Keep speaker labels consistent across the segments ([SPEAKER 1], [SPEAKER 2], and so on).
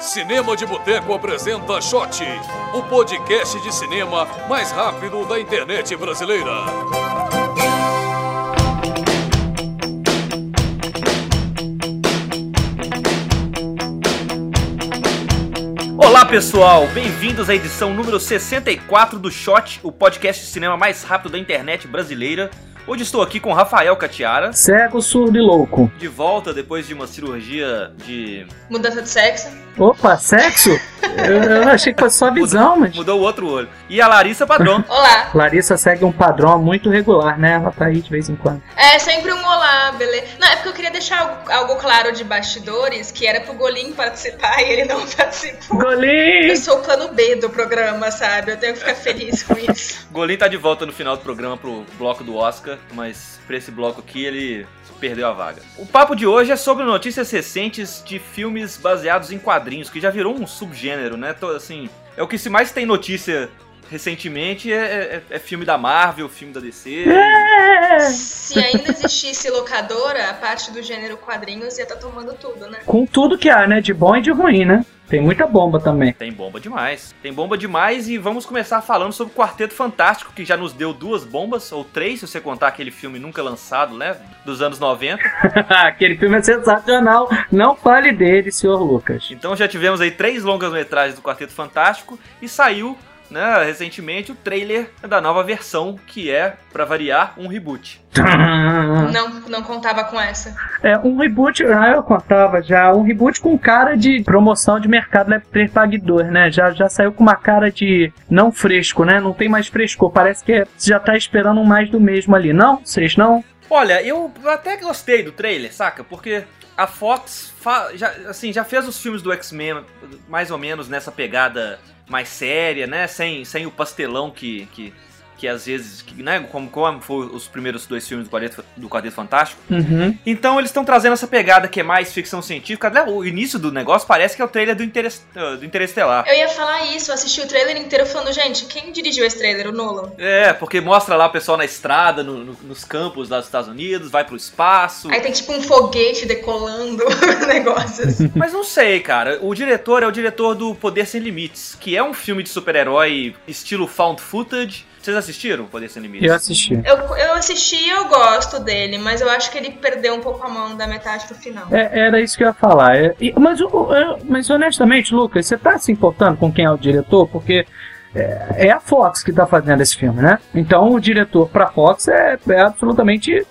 [SPEAKER 1] Cinema de Boteco apresenta Shot, o podcast de cinema mais rápido da internet brasileira.
[SPEAKER 2] Olá pessoal, bem-vindos à edição número 64 do Shot, o podcast de cinema mais rápido da internet brasileira. Hoje estou aqui com Rafael Catiara,
[SPEAKER 3] Cego, surdo e louco.
[SPEAKER 2] de volta depois de uma cirurgia de.
[SPEAKER 4] Mudança de sexo.
[SPEAKER 3] Opa, sexo? eu, eu achei que fosse só visão, mas.
[SPEAKER 2] mudou o outro olho. E a Larissa Padrão.
[SPEAKER 4] Olá.
[SPEAKER 3] Larissa segue um padrão muito regular, né? Ela tá aí de vez em quando.
[SPEAKER 4] É sempre um olá, beleza? Não, é porque eu queria deixar algo, algo claro de bastidores, que era pro Golim participar e ele não participou. Eu
[SPEAKER 3] Golim!
[SPEAKER 4] sou o plano B do programa, sabe? Eu tenho que ficar feliz com isso.
[SPEAKER 2] Golim tá de volta no final do programa pro bloco do Oscar, mas pra esse bloco aqui ele perdeu a vaga. O papo de hoje é sobre notícias recentes de filmes baseados em quadrinhos, que já virou um subgênero, né? Tô, assim, é o que se mais tem notícia recentemente é, é- é filme da Marvel, filme da DC.
[SPEAKER 4] Se ainda existisse locadora, a parte do gênero quadrinhos ia estar tomando tudo, né?
[SPEAKER 3] Com tudo que há, né? De bom e de ruim, né? Tem muita bomba também.
[SPEAKER 2] Tem bomba demais. Tem bomba demais e vamos começar falando sobre o Quarteto Fantástico, que já nos deu duas bombas, ou três, se você contar aquele filme nunca lançado, né? Dos anos 90.
[SPEAKER 3] Aquele filme é sensacional. Não fale dele, senhor Lucas.
[SPEAKER 2] Então já tivemos aí três longas metragens do Quarteto Fantástico e saiu, né, recentemente o trailer da nova versão, que é, pra variar, um reboot.
[SPEAKER 3] Ah.
[SPEAKER 4] Não, não contava com essa.
[SPEAKER 3] É, um reboot, ah, eu contava já, um reboot com cara de promoção de mercado Lab 3 Pague 2, né? Já, já saiu com uma cara de não fresco, né? Não tem mais frescor, parece que é- já tá esperando um mais do mesmo ali. Não? Vocês não?
[SPEAKER 2] Olha, eu até gostei do trailer, saca? Porque a Fox fa- já, assim, já fez os filmes do X-Men mais ou menos nessa pegada mais séria, né? Sem, sem o pastelão que, que, que às vezes, que, né? Como, como foi os primeiros dois filmes do Quarteto, do Quarteto Fantástico.
[SPEAKER 3] Uhum.
[SPEAKER 2] Então eles estão trazendo essa pegada que é mais ficção científica. Né? O início do negócio parece que é o trailer do, Interes- eh, do Interestelar.
[SPEAKER 4] Eu ia falar isso, eu assisti o trailer inteiro falando, gente, quem dirigiu esse trailer? O Nolan?
[SPEAKER 2] É, porque mostra lá o pessoal na estrada, no- no- nos campos lá dos Estados Unidos, vai pro espaço.
[SPEAKER 4] Aí tem tipo um foguete decolando assim. negócios.
[SPEAKER 2] Mas não sei, cara. O diretor é o diretor do Poder Sem Limites, que é um filme de super-herói estilo found footage. Vocês assistiram Poder Sem Limites?
[SPEAKER 3] Eu assisti.
[SPEAKER 4] Eu, eu assisti e eu gosto dele, mas eu acho que ele perdeu um pouco a mão da metade pro final.
[SPEAKER 3] É, era isso que eu ia falar. É, e- mas, o- o- eu- mas honestamente, Lucas, você tá se importando com quem é o diretor? Porque é, é a Fox que tá fazendo esse filme, né? Então o diretor pra Fox é, é absolutamente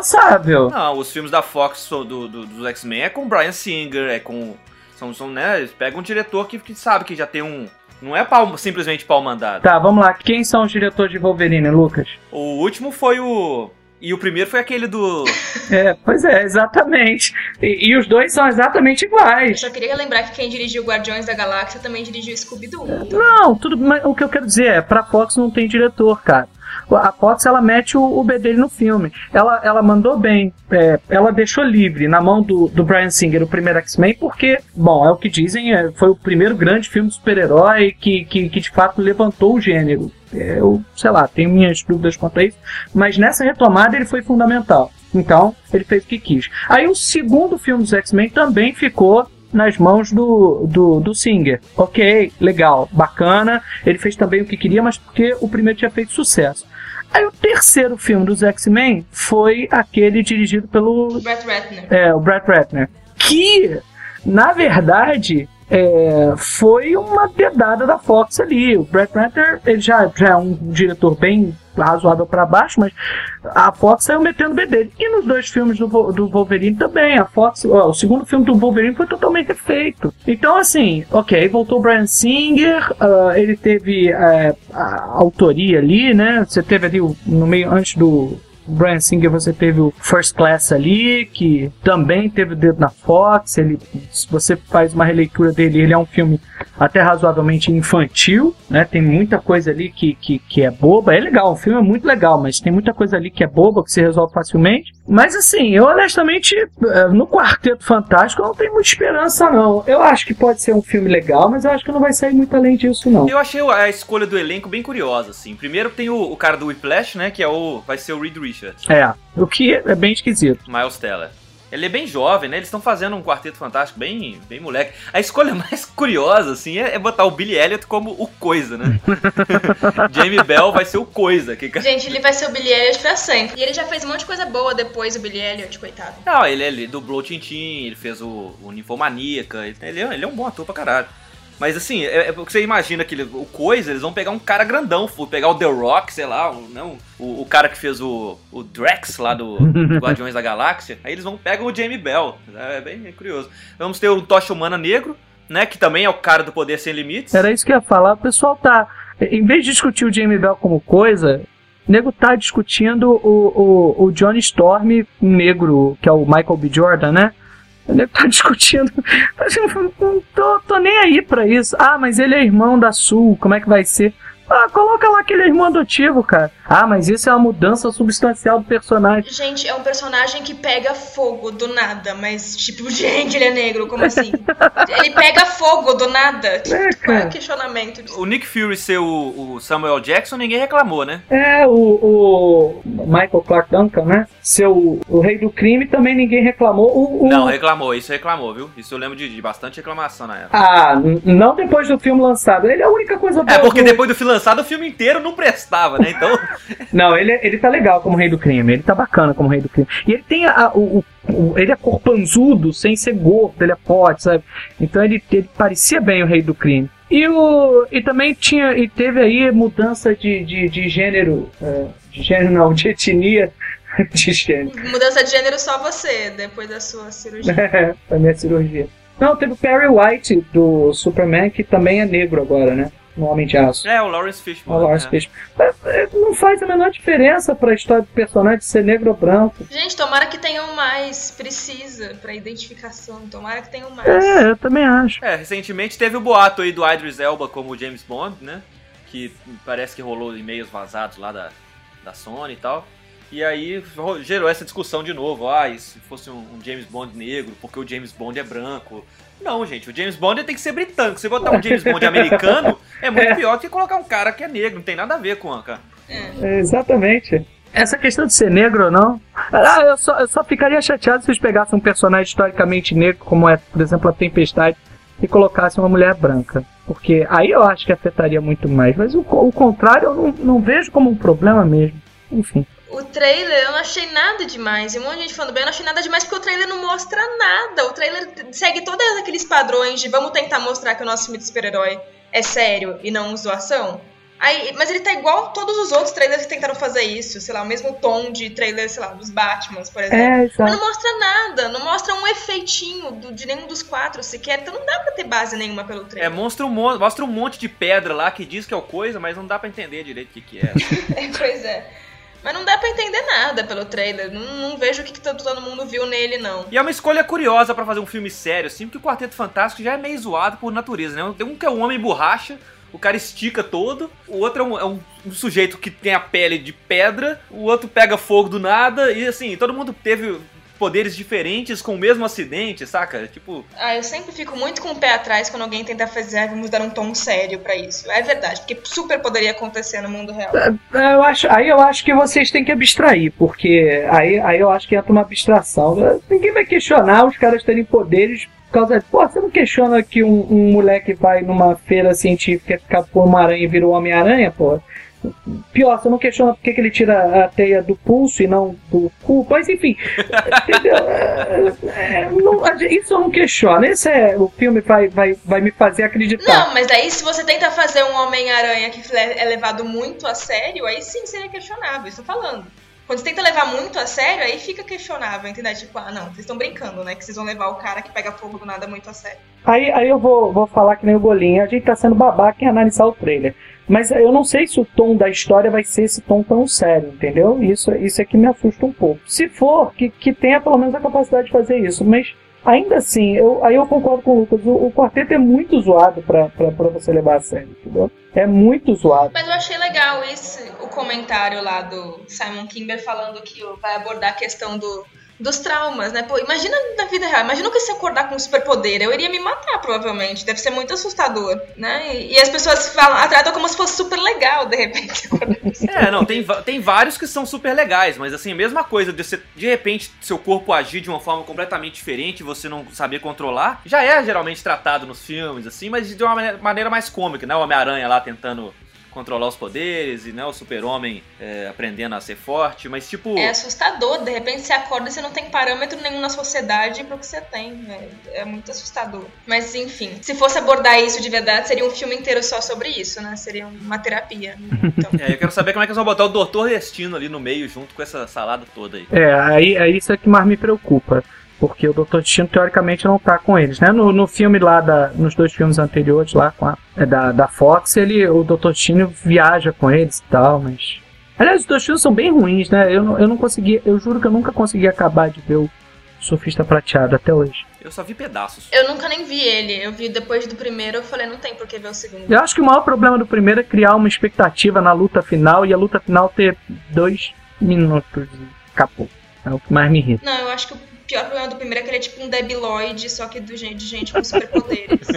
[SPEAKER 3] dispensável.
[SPEAKER 2] Não, os filmes da Fox so- do, do, dos X-Men é com o Brian Singer, é com. São, são, né? Eles pegam um diretor que, que sabe que já tem um. Não é pau- simplesmente pau mandado.
[SPEAKER 3] Tá, vamos lá. Quem são os diretores de Wolverine, Lucas?
[SPEAKER 2] O último foi o. E o primeiro foi aquele do.
[SPEAKER 3] É, pois é, exatamente. E, e os dois são exatamente
[SPEAKER 4] Eu
[SPEAKER 3] iguais.
[SPEAKER 4] só queria lembrar que quem dirigiu Guardiões da Galáxia também dirigiu Scooby-Doo.
[SPEAKER 3] Não, tudo, mas o que eu quero dizer é, pra Fox não tem diretor, cara. A Fox, ela mete o, o B dele no filme. Ela, ela mandou bem. é, ela deixou livre na mão do, do Brian Singer o primeiro X-Men, porque, bom, é o que dizem, é, foi o primeiro grande filme de super-herói que, que, que, de fato levantou o gênero. É, Eu, sei lá, tenho minhas dúvidas quanto a isso, mas nessa retomada ele foi fundamental. Então, ele fez o que quis. Aí o segundo filme dos X-Men também ficou nas mãos do, do, do Singer. Ok, legal, bacana. Ele fez também o que queria, mas porque o primeiro tinha feito sucesso. Aí o terceiro filme dos X-Men foi aquele dirigido pelo
[SPEAKER 4] Brett Ratner.
[SPEAKER 3] é, o Brett Ratner. Que, na verdade, é, foi uma dedada da Fox ali. O Brett Ratner, ele já, já é um diretor bem razoável pra baixo, mas a Fox saiu metendo o B dele. E nos dois filmes do, Vol- do Wolverine também, a Fox, ó, o segundo filme do Wolverine foi totalmente refeito. Então, assim, ok, voltou o Brian Singer, ah, ele teve eh, a autoria ali, né? Você teve ali o- no meio, antes do, Brian Singer, você teve o First Class ali, que também teve o dedo na Fox. Ele, se você faz uma releitura dele, ele é um filme até razoavelmente infantil, né? Tem muita coisa ali que, que, que é boba. É legal, o filme é muito legal, mas tem muita coisa ali que é boba, que se resolve facilmente. Mas assim, eu honestamente, eh, no Quarteto Fantástico, eu não tenho muita esperança, não. Eu acho que pode ser um filme legal, mas eu acho que não vai sair muito além disso, não.
[SPEAKER 2] Eu achei a escolha do elenco bem curiosa, assim. Primeiro tem o, o cara do Whiplash, né? Que é o. Vai ser o Reed Richards,
[SPEAKER 3] É, o que é bem esquisito.
[SPEAKER 2] Miles Teller. Ele é bem jovem, né? Eles estão fazendo um quarteto fantástico bem, bem moleque. A escolha mais curiosa, assim, é, é botar o Billy Elliot como o coisa, né? Jamie Bell vai ser o coisa. Que...
[SPEAKER 4] Gente, ele vai ser o Billy Elliot pra sempre. E ele já fez um monte de coisa boa depois, o Billy Elliot, coitado.
[SPEAKER 2] Não, ele, ele dublou o Tintin, ele fez o, o Ninfomaníaca, ele, ele é- ele é um bom ator pra caralho. Mas assim, é, é porque você imagina que ele- o coisa, eles vão pegar um cara grandão, fu- pegar o The Rock, sei lá, o, não, o, o cara que fez o, o Drax lá do, do Guardiões da Galáxia, aí eles vão pegar o Jamie Bell. É bem curioso. Vamos ter o Tocha Humana Negro, né, que também é o cara do Poder Sem Limites.
[SPEAKER 3] Era isso que eu ia falar. O pessoal tá. Em vez de discutir o Jamie Bell como coisa, o nego tá discutindo o, o, o Johnny Storm negro, que é o Michael B. Jordan, né? O nego tá discutindo. Mas eu não tô, tô nem aí pra isso. Ah, mas ele é irmão da Sul, como é que vai ser? Ah, coloca lá que ele é irmão adotivo, cara. Ah, mas isso é uma mudança substancial do personagem.
[SPEAKER 4] Gente, é um personagem que pega fogo do nada, mas tipo, gente, ele é negro, como assim? ele pega fogo do nada. Qual é
[SPEAKER 3] cara.
[SPEAKER 4] o questionamento disso?
[SPEAKER 2] O Nick Fury ser o, o Samuel Jackson, ninguém reclamou, né?
[SPEAKER 3] É, o, o Michael Clark Duncan, né? Seu o rei do crime também ninguém reclamou. O, o-
[SPEAKER 2] Não, é reclamou, isso reclamou, viu? Isso eu lembro de, de bastante reclamação na época.
[SPEAKER 3] Ah, n- não depois do filme lançado. Ele é a única coisa boa.
[SPEAKER 2] É, porque
[SPEAKER 3] do-
[SPEAKER 2] depois do filme lançado, o filme inteiro não prestava, né? Então,
[SPEAKER 3] Não, ele, ele tá legal como rei do crime. Ele tá bacana como rei do crime. E ele tem a- o, o- o- Ele é corpanzudo, sem ser gordo, ele é forte, sabe? Então ele, ele parecia bem o rei do crime. E, o, e também tinha. E teve aí mudança de, de, de gênero. é, de gênero não, de etnia. De gênero.
[SPEAKER 4] Mudança de gênero só você, depois da sua cirurgia.
[SPEAKER 3] Foi minha cirurgia. Não, teve o Perry White do Superman, que também é negro agora, né? No Homem de Aço.
[SPEAKER 2] é o Lawrence Fishburne.
[SPEAKER 3] O Lawrence
[SPEAKER 2] né?
[SPEAKER 3] Fishburne. Mas, é, Não faz a menor diferença pra história do personagem ser negro ou branco.
[SPEAKER 4] Gente, tomara que tenham mais. Precisa pra identificação. Tomara que tenham mais.
[SPEAKER 3] É, eu também acho.
[SPEAKER 2] É, recentemente teve o boato aí do Idris Elba como James Bond, né? Que parece que rolou e-mails vazados lá da, da Sony e tal. E aí ro- gerou essa discussão de novo. Ah, e se fosse um, um James Bond negro, porque o James Bond é branco. Não, gente, o James Bond tem que ser britânico. Se botar um James Bond americano, é muito pior do que colocar um cara que é negro. Não tem nada a ver com a cara.
[SPEAKER 3] É, exatamente. Essa questão de ser negro ou não. Ah, eu só, eu só ficaria chateado se eles pegassem um personagem historicamente negro, como é, por exemplo, a Tempestade, e colocassem uma mulher branca. Porque aí eu acho que afetaria muito mais. Mas o, co- o contrário eu não, não vejo como um problema mesmo. Enfim.
[SPEAKER 4] O trailer eu não achei nada demais. E um monte de gente falando bem, eu não achei nada demais porque o trailer não mostra nada. O trailer segue todos aqueles padrões de vamos tentar mostrar que o nosso filme de super-herói é sério e não zoação. Aí, mas ele tá igual todos os outros trailers que tentaram fazer isso, sei lá, o mesmo tom de trailer, sei lá, dos Batmans, por exemplo.
[SPEAKER 3] É,
[SPEAKER 4] Mas
[SPEAKER 3] exato.
[SPEAKER 4] não mostra nada, não mostra um efeitinho do- de nenhum dos quatro sequer, então não dá pra ter base nenhuma pelo
[SPEAKER 2] É,
[SPEAKER 4] trailer.
[SPEAKER 2] mostra um, mon- mostra um monte de pedra lá que diz que é o coisa, mas não dá pra entender direito o que, que é.
[SPEAKER 4] É, pois é. Mas não dá pra entender nada pelo trailer, não, não vejo o que, que todo todo mundo viu nele, não.
[SPEAKER 2] E é uma escolha curiosa pra fazer um filme sério, assim, porque o Quarteto Fantástico já é meio zoado por natureza, né? Tem um que é um homem borracha, o cara estica todo, o outro é um, é um- um sujeito que tem a pele de pedra, o outro pega fogo do nada, e assim, todo mundo teve poderes diferentes com o mesmo acidente, saca? Tipo,
[SPEAKER 4] Ah, eu sempre fico muito com o pé atrás quando alguém tenta fazer, ah, vamos dar um tom sério pra isso. É verdade, porque super poderia acontecer no mundo real.
[SPEAKER 3] É, Eu acho, aí eu acho que vocês têm que abstrair, porque aí, aí eu acho que entra uma abstração. Ninguém vai questionar os caras terem poderes por causa de. Pô, você não questiona que um, um moleque vai numa feira científica ficar por uma aranha e vira o Homem-Aranha, pô? Pior, você não questiona por que que ele tira a teia do pulso e não do cu. Mas enfim, entendeu? É, é, não- a gente- isso eu não questiono. Esse é, o filme vai, vai, vai me fazer acreditar.
[SPEAKER 4] Não, mas daí se você tenta fazer um Homem-Aranha que le- é levado muito a sério, aí sim seria questionável, estou falando. Quando você tenta levar muito a sério, aí fica questionável, entendeu? Tipo, ah, não, vocês estão brincando, né? Que vocês vão levar o cara que pega fogo do nada muito a sério.
[SPEAKER 3] Aí, aí eu vou, vou falar que nem o Golinha. A gente tá sendo babaca em analisar o trailer. Mas eu não sei se o tom da história vai ser esse tom tão sério, entendeu? Isso, isso é que me assusta um pouco. Se for, que, que tenha pelo menos a capacidade de fazer isso. Mas ainda assim, eu, aí eu concordo com o Lucas. O, o quarteto é muito zoado pra, pra, pra você levar a sério, entendeu? É muito zoado.
[SPEAKER 4] Mas eu achei legal esse, o comentário lá do Simon Kimber falando que vai abordar a questão do dos traumas, né? Pô, imagina na vida real, imagina o que se acordar com um superpoder. Eu iria me matar, provavelmente. Deve ser muito assustador, né? E, e as pessoas falam, a tratam como se fosse super legal, de repente.
[SPEAKER 2] É, não, tem, va- tem vários que são super legais, mas assim, a mesma coisa de você, de repente, seu corpo agir de uma forma completamente diferente e você não saber controlar, já é geralmente tratado nos filmes, assim, mas de uma maneira, maneira mais cômica, né? O Homem-Aranha lá tentando controlar os poderes e, né, o super-homem é, aprendendo a ser forte, mas tipo...
[SPEAKER 4] É assustador, de repente você acorda e você não tem parâmetro nenhum na sociedade pro que você tem. né? É muito assustador. Mas enfim, se fosse abordar isso de verdade, seria um filme inteiro só sobre isso, né? Seria uma terapia. Então,
[SPEAKER 2] É, eu quero saber como é que eles vão botar o Doutor Destino ali no meio, junto com essa salada toda aí.
[SPEAKER 3] É, aí é isso é que mais me preocupa. Porque o Dr. Destino, teoricamente, não tá com eles, né? No, no filme lá, da, nos dois filmes anteriores lá, com a, é, da, da Fox, ele, o Dr. Destino viaja com eles e tal, mas... Aliás, os dois filmes são bem ruins, né? Eu, não- eu não consegui, eu juro que eu nunca consegui acabar de ver o Surfista Prateado até hoje.
[SPEAKER 2] Eu só vi pedaços.
[SPEAKER 4] eu nunca nem vi ele. Eu vi depois do primeiro, eu falei, não tem por que ver o segundo.
[SPEAKER 3] Eu acho que o maior problema do primeiro é criar uma expectativa na luta final e a luta final ter dois minutos e acabou. É o que mais me irrita.
[SPEAKER 4] Não, eu acho que o pior problema do primeiro é que ele é tipo um debiloide, só que do gente, de gente com superpoderes.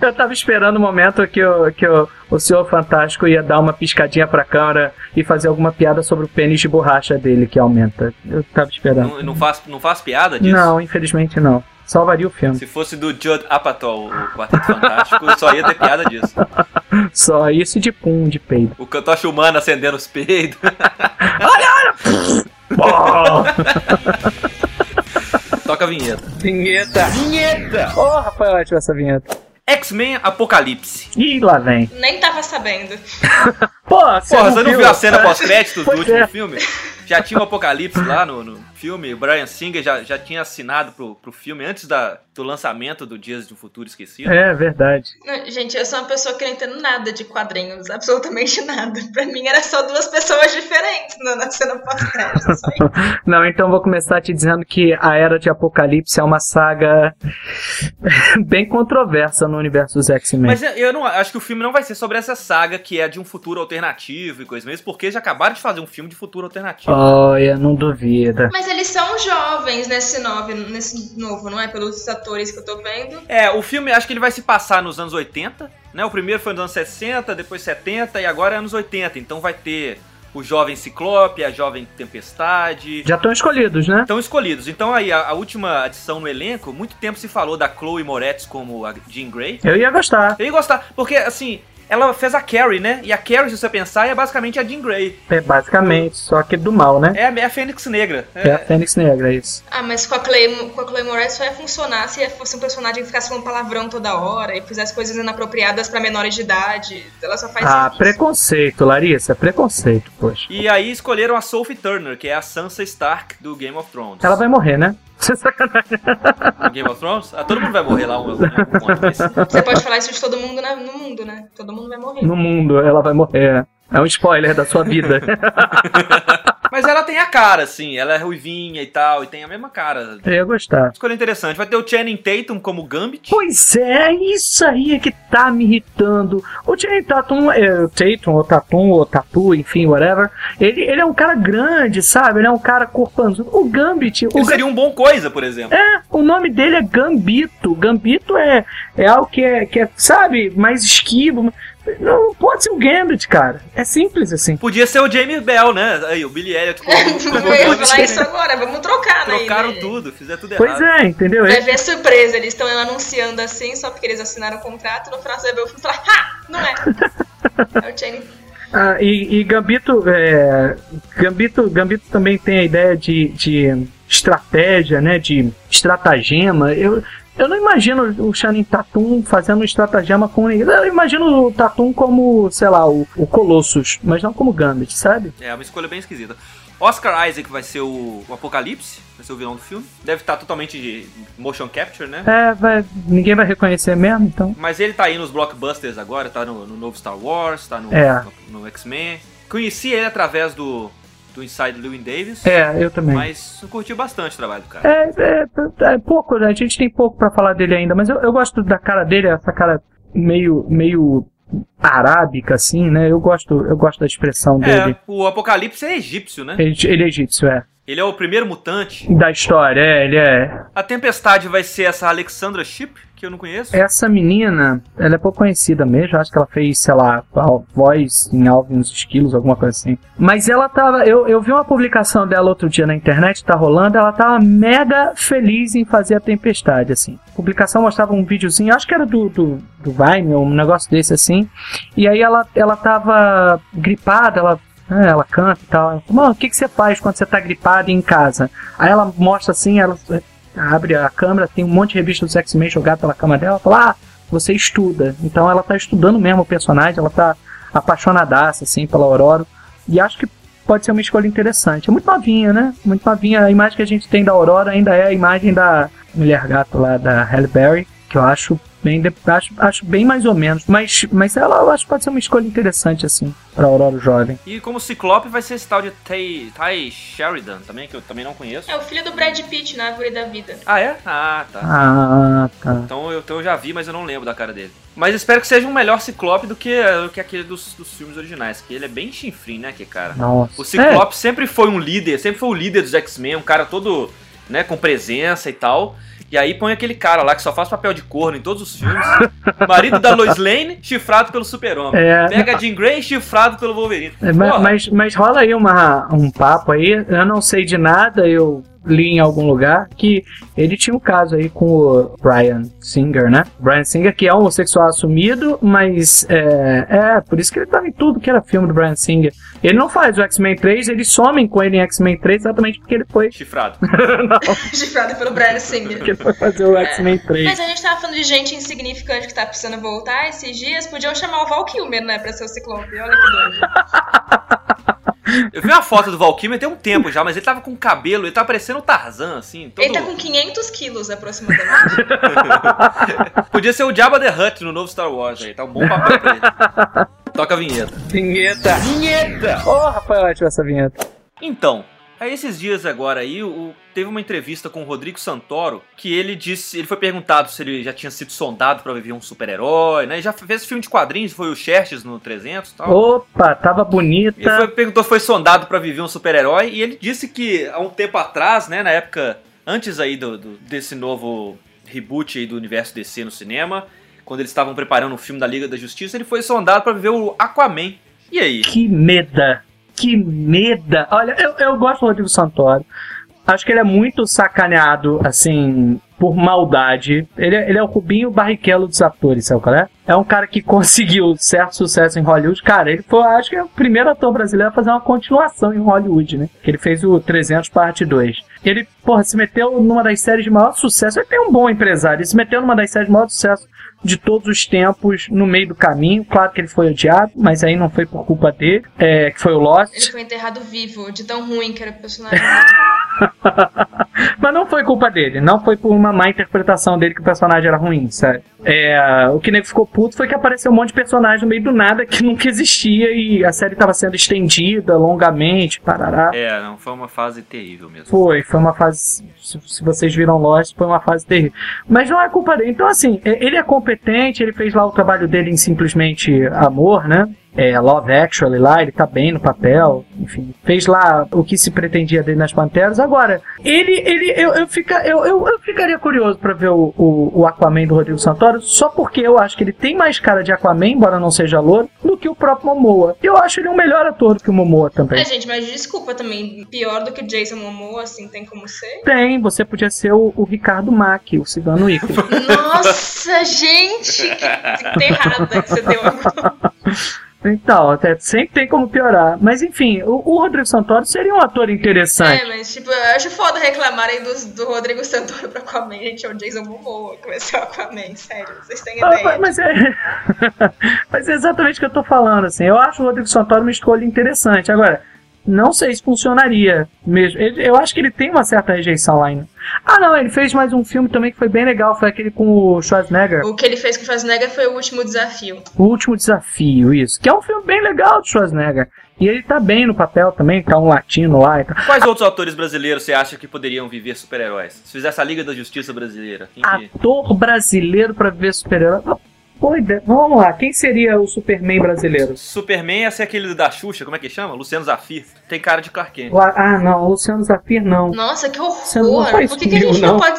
[SPEAKER 3] Eu tava esperando o momento que, o, que o, o senhor Fantástico ia dar uma piscadinha pra câmera e fazer alguma piada sobre o pênis de borracha dele que aumenta. Eu tava esperando.
[SPEAKER 2] Não, não, faz, não faz piada disso?
[SPEAKER 3] Não, infelizmente não. Salvaria o filme.
[SPEAKER 2] Se fosse do Judd Apatow, o Quarteto Fantástico, só ia ter piada disso.
[SPEAKER 3] Só isso de pum, de peido.
[SPEAKER 2] O Cantoche Humano acendendo os peidos.
[SPEAKER 3] Oh!
[SPEAKER 2] Toca a vinheta.
[SPEAKER 3] vinheta! Vinheta! Ô, oh, Rafael, ativa essa vinheta.
[SPEAKER 2] X-Men Apocalipse.
[SPEAKER 3] Ih, lá vem.
[SPEAKER 4] nem tava sabendo.
[SPEAKER 3] Pô, você
[SPEAKER 2] Porra, você não viu É. a cena pós-créditos do
[SPEAKER 3] Pois
[SPEAKER 2] último
[SPEAKER 3] é.
[SPEAKER 2] filme? Já tinha o Apocalipse lá no, no filme. O Brian Singer já, já tinha assinado pro, pro filme antes da, do lançamento do Dias de um Futuro Esquecido.
[SPEAKER 3] É verdade.
[SPEAKER 4] Não, Gente, eu sou uma pessoa que não entendo nada de quadrinhos, absolutamente nada. Pra mim era só duas pessoas diferentes na na cena pós-crédito. só isso.
[SPEAKER 3] Não, então vou começar te dizendo que a Era de Apocalipse é uma saga bem controversa no universo dos X-Men.
[SPEAKER 2] Mas eu, eu não acho que o filme não vai ser sobre essa saga que é de um futuro alternativo e coisa mesmo, porque já acabaram de fazer um filme de futuro alternativo.
[SPEAKER 3] Olha, não duvida.
[SPEAKER 4] Mas eles são jovens nesse novo, nesse novo, não é? Pelos atores que eu tô vendo.
[SPEAKER 2] É, o filme acho que ele vai se passar nos anos 80, né? O primeiro foi nos anos 60, depois 70 e agora é anos 80. Então vai ter o jovem Ciclope, a jovem Tempestade.
[SPEAKER 3] Já estão escolhidos, né?
[SPEAKER 2] Estão escolhidos. Então aí a, a última adição no elenco, muito tempo se falou da Chloe Moretz como a Jean Grey.
[SPEAKER 3] Eu ia gostar.
[SPEAKER 2] Eu ia gostar, porque assim, ela fez a Carrie, né? E a Carrie, se você pensar, é basicamente a Jean Grey.
[SPEAKER 3] É, basicamente, só que do mal, né?
[SPEAKER 2] É a, é a Fênix Negra.
[SPEAKER 3] É, a Fênix Negra, é isso.
[SPEAKER 4] Ah, mas com a, Chloe, com a Chloe Moretz só ia funcionar se fosse um personagem que ficasse falando palavrão toda hora e fizesse coisas inapropriadas pra menores de idade. Ela só faz
[SPEAKER 3] Ah,
[SPEAKER 4] isso.
[SPEAKER 3] preconceito, Larissa, preconceito, poxa.
[SPEAKER 2] E aí escolheram a Sophie Turner, que é a Sansa Stark do Game of Thrones.
[SPEAKER 3] Ela vai morrer, né? Você é sacanagem.
[SPEAKER 2] No Game of Thrones? Ah, todo mundo vai morrer lá um, um, um ano, mas-
[SPEAKER 4] Você pode falar isso de todo mundo na- no mundo, né? Todo mundo vai morrer.
[SPEAKER 3] No mundo, ela vai morrer. É um spoiler da sua vida.
[SPEAKER 2] Mas ela tem a cara, assim, ela é ruivinha e tal, e tem a mesma cara.
[SPEAKER 3] Eu ia gostar.
[SPEAKER 2] Escolha interessante. Vai ter o Channing Tatum como Gambit.
[SPEAKER 3] Pois é, isso aí é que tá me irritando. O Jay Tatum, é, o Tatum, ou Tatum, ou Tatu, enfim, whatever. Ele, ele é um cara grande, sabe? Ele é um cara corpanzudo. O Gambit, o,
[SPEAKER 2] Ele
[SPEAKER 3] Ga-
[SPEAKER 2] seria um bom coisa, por exemplo.
[SPEAKER 3] o nome dele é Gambito. Gambito é, é algo que é, que é, sabe, mais esquivo. Não pode ser o Gambit, cara. É simples assim.
[SPEAKER 2] Podia ser o James Bell, né? Aí, o Billy Elliot como, como
[SPEAKER 4] Eu ia falar
[SPEAKER 2] Gambit.
[SPEAKER 4] isso agora, vamos trocar, né?
[SPEAKER 2] Trocaram tudo, fizeram tudo
[SPEAKER 3] Pois
[SPEAKER 2] errado.
[SPEAKER 3] é, entendeu?
[SPEAKER 4] Vai ver a surpresa, eles estão anunciando assim, só porque eles assinaram o contrato, no final você vai ver o filme e falar, ha! Não é! É o Channing.
[SPEAKER 3] Ah, e, e Gambito, é, Gambito, Gambito também tem a ideia de, de estratégia, né? De estratagema. Eu, eu não imagino o Channing Tatum fazendo um estratagema com ninguém. Eu imagino o Tatum como, sei lá, o, o Colossus, mas não como Gambit, sabe?
[SPEAKER 2] É, uma escolha bem esquisita. Oscar Isaac vai ser o, o Apocalipse, vai ser o vilão do filme. Deve estar totalmente de motion capture, né?
[SPEAKER 3] É, vai, ninguém vai reconhecer mesmo, então.
[SPEAKER 2] Mas ele tá aí nos blockbusters agora, tá no, no novo Star Wars, tá no,
[SPEAKER 3] É.
[SPEAKER 2] no, no X-Men. Conheci ele através do, do Inside Lewin Davis,
[SPEAKER 3] É, eu também.
[SPEAKER 2] mas eu curti bastante o trabalho do cara.
[SPEAKER 3] É, é, é pouco, né? a gente tem pouco pra falar dele ainda, mas eu, eu gosto da cara dele, essa cara meio, meio arábica, assim, né? Eu gosto, eu gosto da expressão dele.
[SPEAKER 2] o É, Apocalipse é egípcio, né?
[SPEAKER 3] Ele, ele é egípcio, é.
[SPEAKER 2] Ele é o primeiro mutante.
[SPEAKER 3] da história, é, ele é.
[SPEAKER 2] A Tempestade vai ser essa Alexandra Ship, que eu não conheço.
[SPEAKER 3] Essa menina, ela é pouco conhecida mesmo, acho que ela fez, sei lá, a voz em Alvin e os Esquilos, alguma coisa assim. Mas ela tava, eu, eu vi uma publicação dela outro dia na internet, tá rolando, ela tava mega feliz em fazer a Tempestade, assim. A publicação mostrava um videozinho, acho que era do, do, do Vine, um negócio desse assim, e aí ela, ela tava gripada, ela, né, ela canta e tal. Ela falou, Mano, o que, que você faz quando você tá gripada em casa? Aí ela mostra assim, ela abre a câmera, tem um monte de revista do X-Men jogada pela cama dela, ela fala, ah, você estuda. Então ela tá estudando mesmo o personagem, ela tá apaixonadaça, assim, pela Aurora. E acho que pode ser uma escolha interessante. É muito novinha, né? Muito novinha. A imagem que a gente tem da Aurora ainda é a imagem da Mulher Gato lá, da Halle Berry, que eu acho bem, de- acho, acho bem mais ou menos. Mas, mas ela eu acho que pode ser uma escolha interessante, assim, pra Aurora jovem.
[SPEAKER 2] E como Ciclope vai ser esse tal de Tay, Tay Sheridan também, que eu também não conheço.
[SPEAKER 4] É o filho do Brad Pitt na Árvore da Vida.
[SPEAKER 2] Ah, é? Ah, tá.
[SPEAKER 3] Ah, tá.
[SPEAKER 2] Então eu, então eu já vi, mas eu não lembro da cara dele. Mas espero que seja um melhor Ciclope do que, do que aquele dos, dos filmes originais, que ele é bem chinfrim, né, que cara?
[SPEAKER 3] Nossa.
[SPEAKER 2] O
[SPEAKER 3] É.
[SPEAKER 2] Ciclope sempre foi um líder, sempre foi o líder dos X-Men, um cara todo, né, com presença e tal. E aí põe aquele cara lá que só faz papel de corno em todos os filmes. Marido da Lois Lane, chifrado pelo Super-Homem.
[SPEAKER 3] É,
[SPEAKER 2] Pega a Jean Grey, chifrado pelo Wolverine.
[SPEAKER 3] É, ma-
[SPEAKER 2] Porra,
[SPEAKER 3] Mas, mas rola aí uma, um papo aí. Eu não sei de nada, eu li em algum lugar que ele tinha um caso aí com o Brian Singer, né? Brian Singer, que é homossexual assumido, mas é, é por isso que ele tava em tudo que era filme do Brian Singer. Ele não faz o X-Men 3, eles somem com ele em X-Men 3 exatamente porque ele foi,
[SPEAKER 2] Chifrado.
[SPEAKER 4] Chifrado pelo Brian Singer.
[SPEAKER 3] porque ele foi fazer o X-Men 3.
[SPEAKER 4] Mas é- a gente tava falando de gente insignificante que tá precisando voltar esses dias. Podiam chamar o Val Kilmer, né, pra ser o Ciclope. Olha que doido.
[SPEAKER 2] Eu vi uma foto do Valkyrie tem um tempo já, mas ele tava com cabelo, ele tava parecendo o Tarzan, assim. Todo...
[SPEAKER 4] Ele tá com 500 quilos aproximadamente.
[SPEAKER 2] Podia ser o Jabba the Hutt no novo Star Wars aí, tá um bom papel pra ele. Toca a vinheta.
[SPEAKER 3] Vinheta!
[SPEAKER 2] Vinheta!
[SPEAKER 3] Ô, Rafael, ativa essa vinheta.
[SPEAKER 2] Então, aí esses dias agora aí, o- teve uma entrevista com o Rodrigo Santoro, que ele disse, ele foi perguntado se ele já tinha sido sondado pra viver um super-herói, né? Ele já fez filme de quadrinhos, foi o Xerxes no 300 e tal.
[SPEAKER 3] Opa, tava
[SPEAKER 2] Ele
[SPEAKER 3] bonita.
[SPEAKER 2] foi- perguntou se foi sondado pra viver um super-herói e ele disse que há um tempo atrás, né, na época antes aí do, do- desse novo reboot aí do universo DC no cinema, quando eles estavam preparando o filme da Liga da Justiça, ele foi sondado pra viver o Aquaman. E aí?
[SPEAKER 3] Que meda! Que meda! Olha, eu, eu gosto do Rodrigo Santoro. Acho que ele é muito sacaneado, assim, por maldade. Ele, é- ele é o Rubinho Barrichello dos atores, sabe qual é? É um cara que conseguiu certo sucesso em Hollywood. Cara, ele foi, acho que é o primeiro ator brasileiro a fazer uma continuação em Hollywood, né? Que ele fez o 300 parte 2. Ele, porra, se meteu numa das séries de maior sucesso. Ele tem um bom empresário. Ele se meteu numa das séries de maior sucesso de todos os tempos no meio do caminho. Claro que ele foi odiado, mas aí não foi por culpa dele, é, que foi o
[SPEAKER 4] Ele
[SPEAKER 3] Lost.
[SPEAKER 4] foi enterrado vivo, de tão ruim que era o personagem.
[SPEAKER 3] mas não foi culpa dele, não foi por uma má interpretação dele que o personagem era ruim, sabe? É, o que nego ficou puto foi que apareceu um monte de personagem no meio do nada que nunca existia e a série estava sendo estendida longamente, parará.
[SPEAKER 2] É, não, foi uma fase terrível mesmo.
[SPEAKER 3] Foi, foi uma fase. Se se vocês viram Lost, foi uma fase terrível. Mas não é culpa dele. Então, assim, é- ele é competente, ele fez lá o trabalho dele em simplesmente amor, né? É, Love Actually lá, ele tá bem no papel, enfim. Fez lá o que se pretendia dele nas Panteras. Agora, ele, ele, eu, eu, fica, eu, eu, eu ficaria curioso pra ver o, o, o Aquaman do Rodrigo Santoro, só porque eu acho que ele tem mais cara de Aquaman, embora não seja louro, do que o próprio Momoa. Eu acho ele um melhor ator do que o Momoa também.
[SPEAKER 4] É, gente, mas desculpa também. Pior do que Jason Momoa, assim, tem como ser?
[SPEAKER 3] Tem, você podia ser o, o Ricardo Mack, o cigano ícone.
[SPEAKER 4] Nossa, gente! Que enterrada que você deu agora.
[SPEAKER 3] então, até sempre tem como piorar. Mas enfim, o, o Rodrigo Santoro seria um ator interessante.
[SPEAKER 4] É, mas tipo, eu acho foda reclamarem dos- do, Rodrigo Santoro pra Aquaman, gente. É o Jason Momoa que vai ser o Aquaman, sério. Vocês têm
[SPEAKER 3] Ah,
[SPEAKER 4] ideia?
[SPEAKER 3] Mas é, mas é exatamente o que eu tô falando, assim. Eu acho o Rodrigo Santoro uma escolha interessante. Agora, não sei se funcionaria mesmo. Ele- eu acho que ele tem uma certa rejeição lá ainda. Ah, não, ele fez mais um filme também que foi bem legal. Foi aquele com o Schwarzenegger.
[SPEAKER 4] O que ele fez com o Schwarzenegger foi o último desafio.
[SPEAKER 3] O Último Desafio, isso. Que é um filme bem legal do Schwarzenegger. E ele tá bem no papel também, tá um latino lá e tal.
[SPEAKER 2] Quais outros autores brasileiros você acha que poderiam viver
[SPEAKER 3] Ah.
[SPEAKER 2] super-heróis? Se fizesse a Liga da Justiça brasileira, quem que...
[SPEAKER 3] ator brasileiro pra viver super-herói. Pô, ide- vamos lá, quem seria o Superman brasileiro?
[SPEAKER 2] Superman ia ser aquele da Xuxa, como é que chama? Luciano Zafir. Tem cara de Clark Kent.
[SPEAKER 3] Lá- ah, não, Luciano Zafir não.
[SPEAKER 4] Nossa, que
[SPEAKER 3] Você não
[SPEAKER 4] horror!
[SPEAKER 3] faz
[SPEAKER 4] Por que, que a gente
[SPEAKER 3] comigo,
[SPEAKER 4] não.
[SPEAKER 3] não.
[SPEAKER 4] pode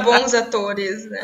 [SPEAKER 4] bons atores, né?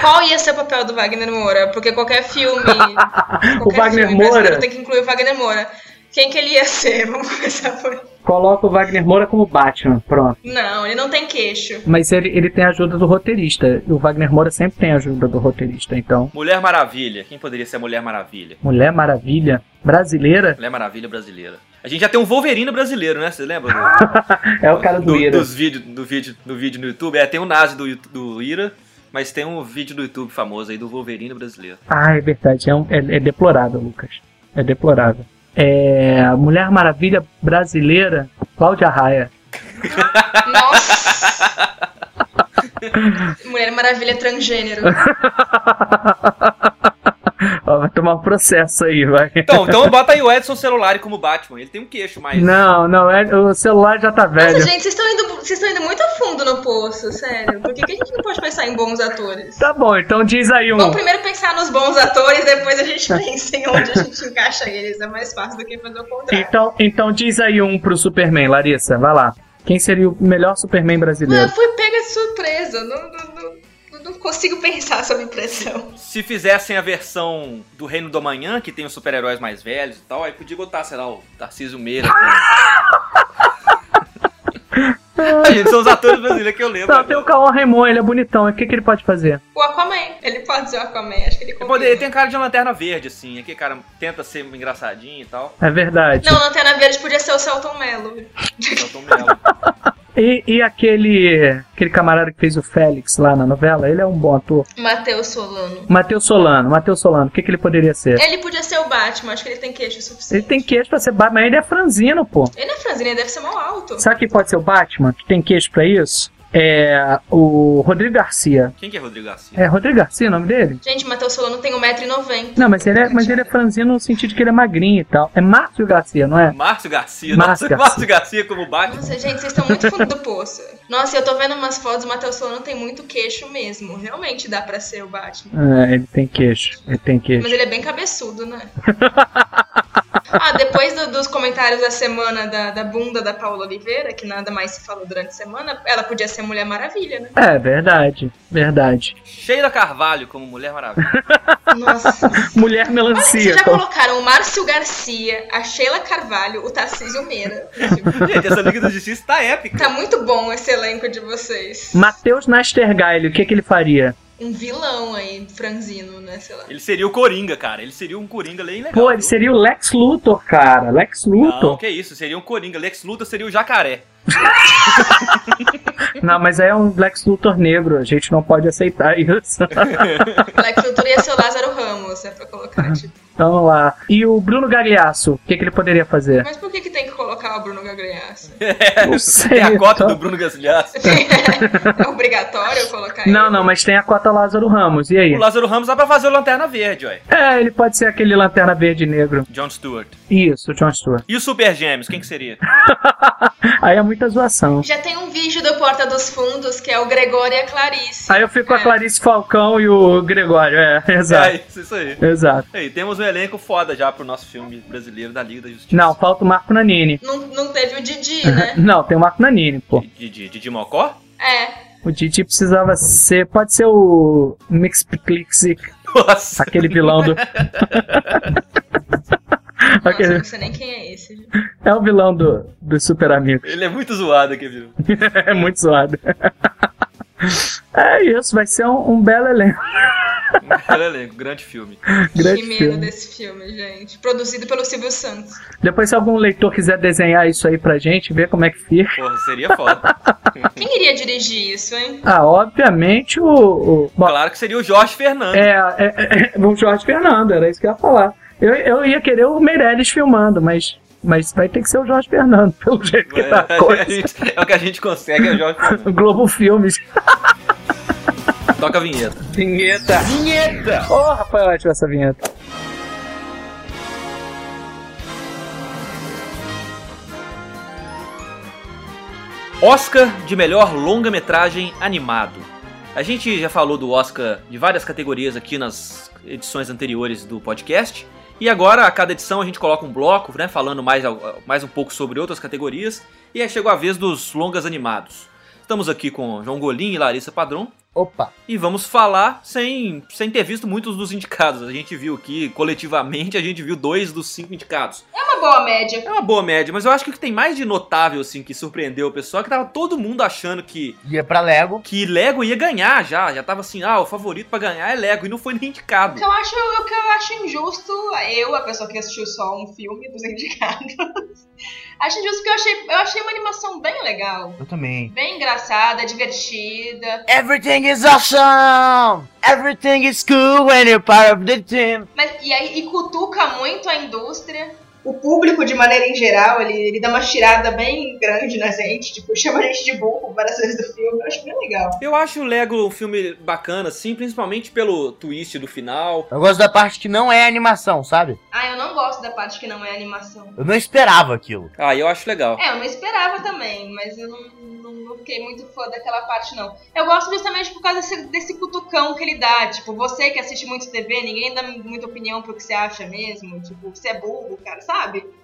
[SPEAKER 4] Qual ia ser o papel do Wagner Moura? Porque qualquer filme. Qualquer
[SPEAKER 3] O Wagner
[SPEAKER 4] filme brasileiro
[SPEAKER 3] Moura?
[SPEAKER 4] Tem que incluir o Wagner Moura. Quem que ele ia ser? Vamos começar por.
[SPEAKER 3] Coloca o Wagner Moura como Batman, pronto.
[SPEAKER 4] Não, ele não tem queixo.
[SPEAKER 3] Mas ele, ele tem a ajuda do roteirista. E o Wagner Moura sempre tem a ajuda do roteirista, então.
[SPEAKER 2] Mulher Maravilha. Quem poderia ser a Mulher Maravilha?
[SPEAKER 3] Mulher Maravilha brasileira
[SPEAKER 2] Mulher Maravilha brasileira. A gente já tem um Wolverine brasileiro, né? Você lembra? do-
[SPEAKER 3] é o cara do,
[SPEAKER 2] do-
[SPEAKER 3] Ira.
[SPEAKER 2] dos vídeo, do, vídeo, do vídeo no YouTube. É, tem o Nazi do, Yu- do Ira, mas tem um vídeo do YouTube famoso aí do Wolverine brasileiro.
[SPEAKER 3] Ah, é verdade. É, um- é- é deplorável, Lucas. É deplorável. É, Mulher Maravilha brasileira, Cláudia Raia.
[SPEAKER 4] Nossa! Mulher Maravilha transgênero.
[SPEAKER 3] Ó, vai tomar um processo aí, vai.
[SPEAKER 2] Então, então bota aí o Edson Celulari como Batman. Ele tem um queixo mais.
[SPEAKER 3] Não, não, é, o celular já tá velho.
[SPEAKER 4] Nossa, gente, vocês estão indo, vocês estão indo muito a fundo no poço, sério. Por que, que a gente não pode pensar em bons atores?
[SPEAKER 3] Tá bom, então diz aí um.
[SPEAKER 4] Vamos primeiro pensar nos bons atores, depois a gente pensa em onde a gente encaixa eles. É mais fácil do que fazer o contrário.
[SPEAKER 3] Então, então diz aí um pro Superman, Larissa, vai lá. Quem seria o melhor Superman
[SPEAKER 4] Mas eu
[SPEAKER 3] brasileiro?
[SPEAKER 4] fui pega de surpresa. Não, não- não- não- não consigo pensar sob pressão.
[SPEAKER 2] Se fizessem a versão do Reino do Amanhã, que tem os super-heróis mais velhos e tal, aí podia botar, sei lá, o Tarcísio Meira. a gente são os atores brasileiros que eu lembro.
[SPEAKER 3] Não, tem o Caon Raymond, ele é bonitão. O que, que ele pode fazer?
[SPEAKER 4] O Aquaman. Ele pode ser o Aquaman. Acho que
[SPEAKER 2] Ele
[SPEAKER 4] ele combina.
[SPEAKER 2] pode- ele tem cara de lanterna verde, assim. Aquele cara tenta ser engraçadinho e tal.
[SPEAKER 3] É verdade.
[SPEAKER 4] Não, Lanterna Verde podia ser o Celton Mello.
[SPEAKER 2] Celton Então, Mello.
[SPEAKER 3] E, e aquele aquele camarada que fez o Félix lá na novela, ele é um bom ator.
[SPEAKER 4] Matheus Solano.
[SPEAKER 3] Matheus Solano, Matheus Solano, o que, que ele poderia ser?
[SPEAKER 4] Ele podia ser o Batman. Acho que ele tem queixo
[SPEAKER 3] É. Ele
[SPEAKER 4] suficiente.
[SPEAKER 3] tem queixo pra ser Batman, mas ele é franzino, pô.
[SPEAKER 4] Ele é franzino, ele deve ser mal alto.
[SPEAKER 3] Sabe quem pode ser o Batman? Que tem queixo pra isso? É o Rodrigo Garcia.
[SPEAKER 2] Quem que é Rodrigo Garcia?
[SPEAKER 3] É Rodrigo Garcia o nome dele?
[SPEAKER 4] Gente, Matheus Solano tem 1,90m.
[SPEAKER 3] Não, mas ele é, mas ele é franzino no sentido de que ele é magrinho e tal. É Márcio Garcia, não é?
[SPEAKER 2] Márcio Garcia.
[SPEAKER 3] Márcio
[SPEAKER 2] Nossa,
[SPEAKER 3] Garcia.
[SPEAKER 2] Márcio Garcia como Batman.
[SPEAKER 4] Nossa, gente, vocês estão muito fundo do poço. Nossa, eu tô vendo umas fotos, o Matheus Solano tem muito queixo mesmo. Realmente dá pra ser o Batman.
[SPEAKER 3] É, ele tem queixo. Ele tem queixo.
[SPEAKER 4] Mas ele é bem cabeçudo, né? ah, depois do- dos comentários da semana da, da bunda da Paula Oliveira, que nada mais se falou durante a semana, ela podia ser Mulher Maravilha, né?
[SPEAKER 3] É, verdade. Verdade.
[SPEAKER 2] Sheila Carvalho como Mulher Maravilha.
[SPEAKER 4] Nossa.
[SPEAKER 3] Mulher
[SPEAKER 4] Olha, vocês
[SPEAKER 3] melancia.
[SPEAKER 4] já
[SPEAKER 3] como-
[SPEAKER 4] colocaram o Márcio Garcia, a Sheila Carvalho, o Tarcísio Meira.
[SPEAKER 2] Gente, essa Liga da Justiça tá épica.
[SPEAKER 4] Tá muito bom esse elenco de vocês.
[SPEAKER 3] Matheus Nastergaile, o que, que ele faria?
[SPEAKER 4] Um vilão aí, franzino, né? Sei lá.
[SPEAKER 2] Ele seria o Coringa, cara. Ele seria um Coringa bem legal.
[SPEAKER 3] Pô, ele
[SPEAKER 2] viu?
[SPEAKER 3] seria o Lex Luthor, cara. Lex
[SPEAKER 2] Não,
[SPEAKER 3] Luthor?
[SPEAKER 2] que isso, seria um Coringa. Lex Luthor seria o jacaré.
[SPEAKER 3] Não, mas aí é um Lex Luthor negro. A gente não pode aceitar isso.
[SPEAKER 4] Lex Luthor ia ser o Lázaro Ramos, é pra colocar, tipo.
[SPEAKER 3] Então, vamos lá. E o Bruno Gagliasso, o que, que ele poderia fazer?
[SPEAKER 4] Mas por que, que tem que colocar o Bruno Gagliasso?
[SPEAKER 3] Não
[SPEAKER 2] Tem
[SPEAKER 3] sei.
[SPEAKER 2] a cota
[SPEAKER 3] então.
[SPEAKER 2] do Bruno Gagliasso.
[SPEAKER 4] é obrigatório eu colocar
[SPEAKER 3] Não,
[SPEAKER 4] ele?
[SPEAKER 3] não, mas tem a cota Lázaro Ramos. E
[SPEAKER 2] O
[SPEAKER 3] aí?
[SPEAKER 2] Lázaro Ramos dá pra fazer o Lanterna Verde, ué.
[SPEAKER 3] É, ele pode ser aquele lanterna verde e negro.
[SPEAKER 2] John Stewart.
[SPEAKER 3] Isso, John Stewart.
[SPEAKER 2] E o Super Gêmeos, quem que seria?
[SPEAKER 3] Aí é muita zoação.
[SPEAKER 4] Já tem um vídeo do Porta dos Fundos que é o Gregório e a Clarice. É.
[SPEAKER 3] Aí eu fico com a Clarice Falcão e o Gregório. É,
[SPEAKER 2] É
[SPEAKER 3] exato.
[SPEAKER 2] isso, isso aí.
[SPEAKER 3] Exato.
[SPEAKER 2] Aí, temos um elenco foda já pro nosso filme brasileiro da Liga da Justiça.
[SPEAKER 3] Não, falta o Marco Nanini.
[SPEAKER 4] Não, não teve o Didi, né?
[SPEAKER 3] Não, tem o Marco Nanini, pô.
[SPEAKER 2] De, de, de, de Mocó?
[SPEAKER 3] Uhum.
[SPEAKER 4] É.
[SPEAKER 3] O Didi precisava ser. Pode ser o Mixpiclixic,
[SPEAKER 2] Nossa.
[SPEAKER 3] aquele vilão do.
[SPEAKER 4] Nossa, eu
[SPEAKER 3] Aquele-
[SPEAKER 4] não sei nem quem é esse.
[SPEAKER 3] é o vilão do, do Super Amigo.
[SPEAKER 2] Ele é muito zoado aqui, viu?
[SPEAKER 3] É muito zoado. É isso, vai ser um, um belo elenco.
[SPEAKER 2] Um elenco, grande filme.
[SPEAKER 3] Grande
[SPEAKER 4] que medo
[SPEAKER 3] filme.
[SPEAKER 4] desse filme, gente. Produzido pelo Silvio Santos.
[SPEAKER 3] Depois, se algum leitor quiser desenhar isso aí pra gente, ver como é que fica.
[SPEAKER 2] Porra, seria foda.
[SPEAKER 4] Quem iria dirigir isso, hein?
[SPEAKER 3] Ah, obviamente o. o- bom,
[SPEAKER 2] Claro que seria o Jorge Fernando.
[SPEAKER 3] é, é, é, o Jorge Fernando, era isso que eu ia falar. Eu, eu ia querer o Meirelles filmando, mas, mas vai ter que ser o Jorge Fernando, pelo jeito que tá
[SPEAKER 2] É,
[SPEAKER 3] a
[SPEAKER 2] a
[SPEAKER 3] coisa.
[SPEAKER 2] gente- é o que a gente consegue, é o Jorge Fernando.
[SPEAKER 3] Globo Filmes.
[SPEAKER 2] Toca a vinheta.
[SPEAKER 3] Vinheta.
[SPEAKER 2] Vinheta!
[SPEAKER 3] Ô, Rafael, ativa essa vinheta.
[SPEAKER 2] Oscar de melhor longa-metragem animado. A gente já falou do Oscar de várias categorias aqui nas edições anteriores do podcast. E agora, a cada edição, a gente coloca um bloco, né? Falando mais, al- mais um pouco sobre outras categorias. E aí chegou a vez dos longas animados. Estamos aqui com João Golim e Larissa Padron.
[SPEAKER 5] Opa!
[SPEAKER 2] E vamos falar sem, sem ter visto muitos dos indicados. A gente viu aqui, coletivamente, a gente viu dois dos cinco indicados.
[SPEAKER 4] É uma boa média.
[SPEAKER 2] É uma boa média, mas eu acho que o que tem mais de notável, assim, que surpreendeu o pessoal, é que tava todo mundo achando que,
[SPEAKER 5] Ia é pra Lego.
[SPEAKER 2] que Lego ia ganhar já. Já tava assim, ah, o favorito pra ganhar é Lego, e não foi nem
[SPEAKER 4] O
[SPEAKER 2] indicado.
[SPEAKER 4] que eu acho, o que eu acho injusto, eu, a pessoa que assistiu só um filme dos indicados, acho injusto porque eu achei, eu achei uma animação bem legal.
[SPEAKER 5] Eu também.
[SPEAKER 4] Bem engraçada, divertida.
[SPEAKER 5] Everything is awesome! Everything is cool when you're part of the team.
[SPEAKER 4] Mas, e aí e cutuca muito a indústria. O público, de maneira em geral, ele, ele dá uma tirada bem grande na gente. Tipo, chama a gente de burro várias vezes do filme. Eu acho bem legal.
[SPEAKER 2] Eu acho o Lego um filme bacana, assim, principalmente pelo twist do final.
[SPEAKER 5] Eu gosto da parte que não é animação, sabe?
[SPEAKER 4] Ah, eu não gosto da parte que não é animação.
[SPEAKER 5] Eu não esperava aquilo.
[SPEAKER 2] Ah, eu acho legal.
[SPEAKER 4] É, eu não esperava também, mas eu não, não, não fiquei muito fã daquela parte, não. Eu gosto justamente por causa desse, desse cutucão que ele dá. Tipo, você que assiste muito TV, ninguém dá muita opinião pro que você acha mesmo. Tipo, você é burro, cara, sabe?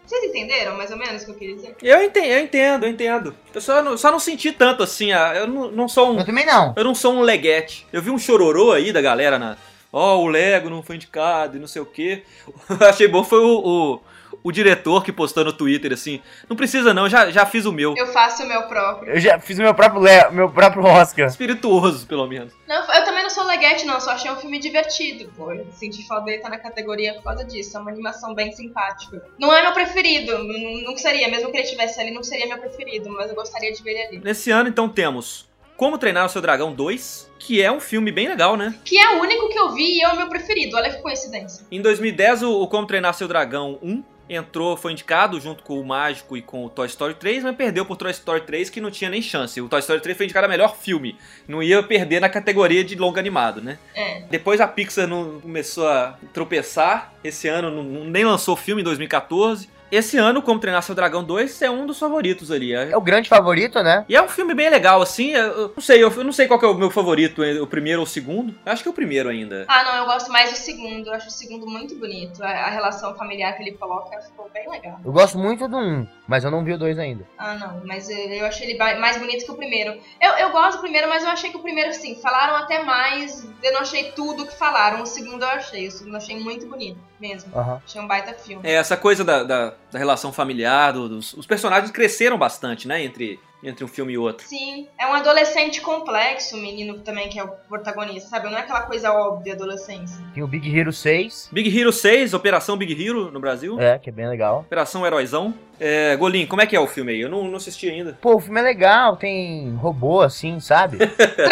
[SPEAKER 4] Vocês entenderam mais ou menos o que eu queria dizer?
[SPEAKER 2] Eu entendo, eu entendo, eu entendo. Eu só não, só não senti tanto, assim, ah, eu não, não sou um
[SPEAKER 5] Eu também não.
[SPEAKER 2] Eu não sou um leguete. Eu vi um chororô aí da galera na. Ó, o Lego não foi indicado e não sei o quê. Achei bom foi o, o, o diretor que postou no Twitter assim. Não precisa não, já, já fiz o meu.
[SPEAKER 4] Eu faço o meu próprio.
[SPEAKER 5] Eu já fiz meu próprio Lego, meu próprio Oscar.
[SPEAKER 2] Espirituoso, pelo menos.
[SPEAKER 4] Não, eu também não sou leguete, não. Só achei um filme divertido, pô. Eu Senti falta dele tá na categoria por causa disso. É uma animação bem simpática. Não é meu preferido. Não, não seria. Mesmo que ele estivesse ali, não seria meu preferido. Mas eu gostaria de ver ele ali.
[SPEAKER 2] Nesse ano, então, temos Como Treinar o Seu Dragão 2, que é um filme bem legal, né?
[SPEAKER 4] Que é o único que eu vi e é o meu preferido. Olha que coincidência.
[SPEAKER 2] Em 2010, o, o Como Treinar Seu Dragão 1 entrou, foi indicado junto com o Mágico e com o Toy Story 3, mas perdeu pro Toy Story 3 que não tinha nem chance. O Toy Story 3 foi indicado a melhor filme, não ia perder na categoria de longo animado, né?
[SPEAKER 4] É.
[SPEAKER 2] Depois a Pixar não começou a tropeçar. Esse ano não- não- nem lançou filme em 2014. Esse ano, Como Treinar Seu Dragão 2 é um dos favoritos ali. É-
[SPEAKER 5] É o grande favorito, né?
[SPEAKER 2] E é um filme bem legal, assim. Eu eu não sei, eu eu não sei qual que é o meu favorito, o primeiro ou o segundo. Eu acho que é o primeiro ainda.
[SPEAKER 4] Ah, não, eu gosto mais do segundo. Eu acho o segundo muito bonito. A, a relação familiar que ele coloca ficou bem legal.
[SPEAKER 5] Eu gosto muito do 1, mas eu não vi o 2 ainda.
[SPEAKER 4] Ah, não, mas eu, eu achei ele ba- mais bonito que o primeiro. Eu, eu gosto do primeiro, mas eu achei que o primeiro, sim, falaram até mais. Eu não achei tudo o que falaram. O segundo eu achei. O segundo eu achei muito bonito mesmo.
[SPEAKER 5] Aham.
[SPEAKER 4] Achei um baita filme.
[SPEAKER 2] É, essa coisa da, da- da relação familiar, do- dos, os personagens cresceram bastante, né? Entre, entre um filme e outro.
[SPEAKER 4] Sim, é um adolescente complexo, o menino também que é o protagonista, sabe? Não é aquela coisa óbvia adolescência.
[SPEAKER 5] Tem o Big Hero 6,
[SPEAKER 2] Big Hero 6, Operação Big Hero no Brasil.
[SPEAKER 5] é, que é bem legal.
[SPEAKER 2] Operação Heróizão. É, Golim, como é que é o filme aí? Eu não, não assisti ainda.
[SPEAKER 5] Pô, o filme é legal, tem robô assim, sabe?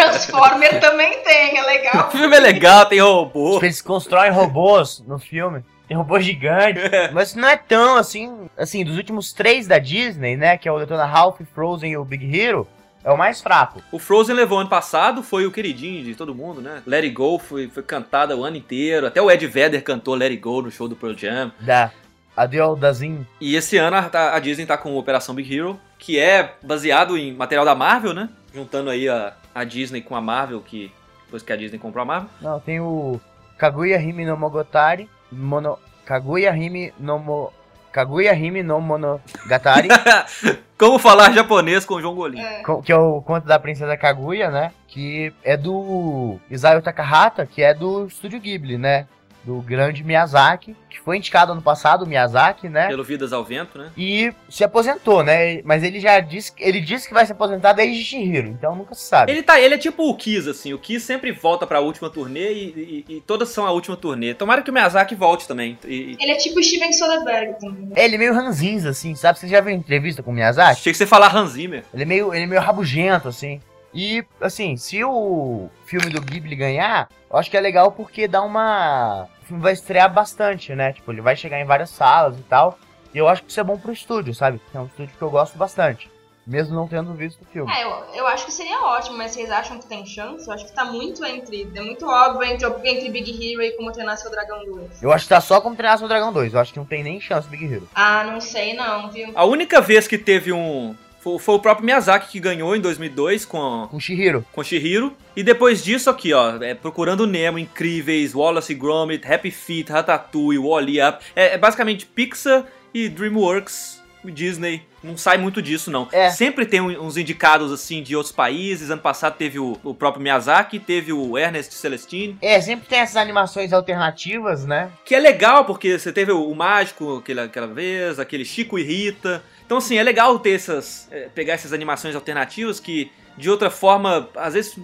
[SPEAKER 4] Transformer também tem, é legal.
[SPEAKER 2] O filme é legal, tem robô.
[SPEAKER 5] Tipo, eles constroem robôs no filme. Tem robô gigante. Mas não é tão assim. Assim, dos últimos três da Disney, né? Que é o Detona Ralph, Frozen e o Big Hero. É o mais fraco.
[SPEAKER 2] O Frozen levou ano passado, foi o queridinho de todo mundo, né? Let It Go foi, foi cantada o ano inteiro. Até o Ed Vedder cantou Let It Go no show do Pearl Jam.
[SPEAKER 5] Da Adele Dazin.
[SPEAKER 2] E esse ano a, tá- a Disney tá com Operação Big Hero, que é baseado em material da Marvel, né? Juntando aí a, a Disney com a Marvel, que depois que a Disney comprou a Marvel.
[SPEAKER 5] Não, tem o Kaguya Hime no Mogotari. Mono. Kaguya Hime no Mo. Kaguya Hime no Monogatari.
[SPEAKER 2] Como falar japonês com o João Golim.
[SPEAKER 4] É.
[SPEAKER 5] co- que é o conto da princesa Kaguya, né? Que é do Isao Takahata, que é do Estúdio Ghibli, né? Do grande Miyazaki, que foi indicado ano passado, o Miyazaki, né?
[SPEAKER 2] Pelo Vidas ao Vento, né?
[SPEAKER 5] e se aposentou, né? Mas ele já disse, ele disse que vai se aposentar desde Shihiro, então nunca se sabe.
[SPEAKER 2] Ele, tá, ele é tipo o Kiss, assim. O Kiss sempre volta pra última turnê e, e- e todas são a última turnê. Tomara que o Miyazaki volte também. E,
[SPEAKER 4] Ele é tipo Steven Soderbergh também.
[SPEAKER 5] Ele é meio ranzinza, assim, sabe? Você já viu entrevista com o Miyazaki?
[SPEAKER 2] Achei que você ia falar Hans Zimmer.
[SPEAKER 5] Ele é meio, ele é meio rabugento, assim. E, assim, se o filme do Ghibli ganhar, eu acho que é legal porque dá uma... O filme vai estrear bastante, né? Tipo, ele vai chegar em várias salas e tal. E eu acho que isso é bom pro estúdio, sabe? É um estúdio que eu gosto bastante. Mesmo não tendo visto o filme.
[SPEAKER 4] É, eu, eu acho que seria ótimo, mas vocês acham que tem chance? Eu acho que tá muito entre. É muito óbvio entre, entre Big Hero e como treinar seu Dragão 2.
[SPEAKER 5] Eu acho que tá só como treinar seu Dragão 2. Eu acho que não tem nem chance Big Hero.
[SPEAKER 4] Ah, não sei não, viu?
[SPEAKER 2] A única vez que teve um, Foi, foi o próprio Miyazaki que ganhou em 2002 com,
[SPEAKER 5] Com Shihiro.
[SPEAKER 2] com Shihiro. E depois disso aqui, ó, é, Procurando Nemo, Incríveis, Wallace e Gromit, Happy Feet, Ratatouille, Wall-E Up. É, é basicamente Pixar e DreamWorks e Disney. Não sai muito disso, não.
[SPEAKER 5] É.
[SPEAKER 2] Sempre tem um- uns indicados, assim, de outros países. Ano passado teve o, o próprio Miyazaki, teve o Ernest Celestine.
[SPEAKER 5] É, sempre tem essas animações alternativas, né?
[SPEAKER 2] Que é legal, porque você teve o, o Mágico aquela, aquela vez, aquele Chico e Rita. Então, assim, é legal ter essas... é, pegar essas animações alternativas que... de outra forma, às vezes,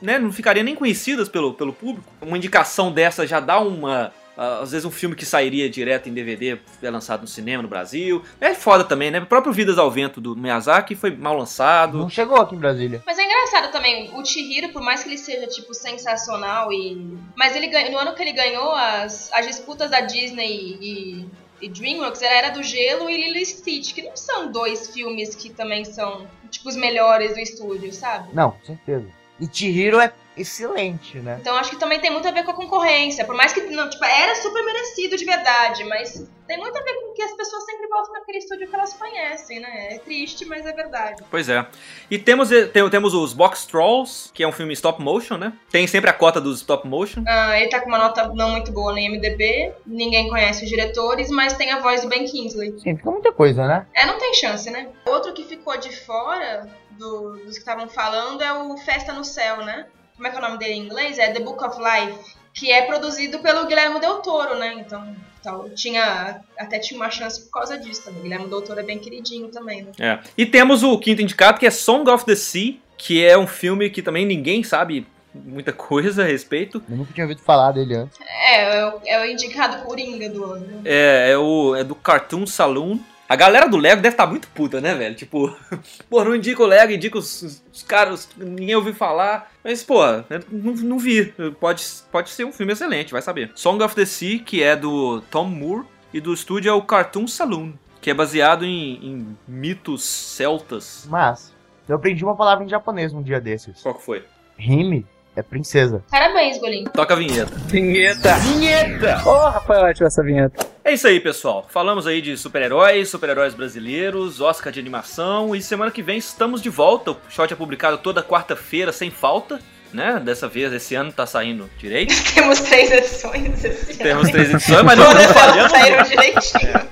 [SPEAKER 2] né, não ficariam nem conhecidas pelo, pelo público. Uma indicação dessa já dá uma. ah, Às vezes um filme que sairia direto em DVD é lançado no cinema no Brasil. É foda também, né? O próprio Vidas ao Vento do Miyazaki foi mal lançado.
[SPEAKER 5] Não chegou aqui em Brasília.
[SPEAKER 4] Mas é engraçado também, o Chihiro, por mais que ele seja, tipo, sensacional e... Mas ele ganhou, no ano que ele ganhou as, as disputas da Disney e, e DreamWorks, era Era do Gelo e Lilo e Stitch, que não são dois filmes que também são, tipo, os melhores do estúdio, sabe?
[SPEAKER 5] Não, com certeza. E Chihiro é excelente, né?
[SPEAKER 4] Então acho que também tem muito a ver com a concorrência, por mais que, não, tipo, era super merecido de verdade, mas tem muito a ver com que as pessoas sempre voltam para aquele estúdio que elas conhecem, né? É triste, mas é verdade.
[SPEAKER 2] Pois é. E temos, eh, tem- temos os Box Trolls, que é um filme stop motion, né? Tem sempre a cota dos stop motion.
[SPEAKER 4] Ah, ele tá com uma nota não muito boa no IMDB, ninguém conhece os diretores, mas tem a voz do Ben Kingsley.
[SPEAKER 5] Sim, fica muita coisa, né?
[SPEAKER 4] É, não tem chance, né? Outro que ficou de fora do- dos que estavam falando é o Festa no Céu, né? Como é que é o nome dele em inglês? É The Book of Life, que é produzido pelo Guilherme Del Toro, né? Então, tal, tinha até tinha uma chance por causa disso também. Guilherme Del Toro é bem queridinho também, né?
[SPEAKER 2] É. E temos o quinto indicado, que é Song of the Sea, que é um filme que também ninguém sabe muita coisa a respeito.
[SPEAKER 5] Eu nunca tinha ouvido falar dele antes.
[SPEAKER 4] É, é o, é o indicado Coringa do ano. né?
[SPEAKER 2] É, é, o, é do Cartoon Saloon. A galera do Lego deve estar muito puta, né, velho? Tipo, pô, não indica o Lego, indica os, os- os caras, os- ninguém ouviu falar. Mas, pô, eu não, não vi. Pode, pode ser um filme excelente, vai saber. Song of the Sea, que é do Tom Moore, e do estúdio é o Cartoon Saloon, que é baseado em, em mitos celtas.
[SPEAKER 5] Mas, eu aprendi uma palavra em japonês um dia desses.
[SPEAKER 2] Qual que foi?
[SPEAKER 5] Rime é princesa.
[SPEAKER 4] Parabéns, Golim.
[SPEAKER 2] Toca a vinheta.
[SPEAKER 3] Vinheta!
[SPEAKER 5] Vinheta!
[SPEAKER 3] Ô, Rafael, ativa essa vinheta.
[SPEAKER 2] É isso aí, pessoal. Falamos aí de super-heróis, super-heróis brasileiros, Oscar de animação e semana que vem estamos de volta. O shot é publicado toda quarta-feira sem falta, né? Dessa vez, esse ano tá saindo direito.
[SPEAKER 4] Temos três edições esse ano.
[SPEAKER 2] Temos um três edições, mas não, não
[SPEAKER 4] Todas elas
[SPEAKER 2] falhamos.
[SPEAKER 4] saíram direitinho.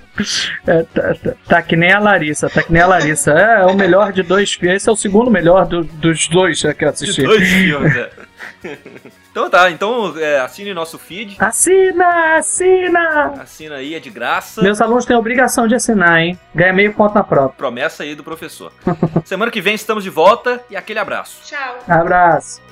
[SPEAKER 3] É, tá, tá- tá que nem a Larissa, tá que nem a Larissa. É, é o melhor de dois filmes. Esse é o segundo melhor do- dos dois que eu
[SPEAKER 2] De
[SPEAKER 3] assisti.
[SPEAKER 2] dois filmes, é. Então tá, então é, assine nosso feed.
[SPEAKER 3] Assina, assina!
[SPEAKER 2] Assina aí, é de graça.
[SPEAKER 3] Meus alunos têm a obrigação de assinar, hein? Ganha meio ponto na prova.
[SPEAKER 2] Promessa aí do professor. Semana que vem estamos de volta e aquele abraço.
[SPEAKER 4] Tchau.
[SPEAKER 3] Abraço.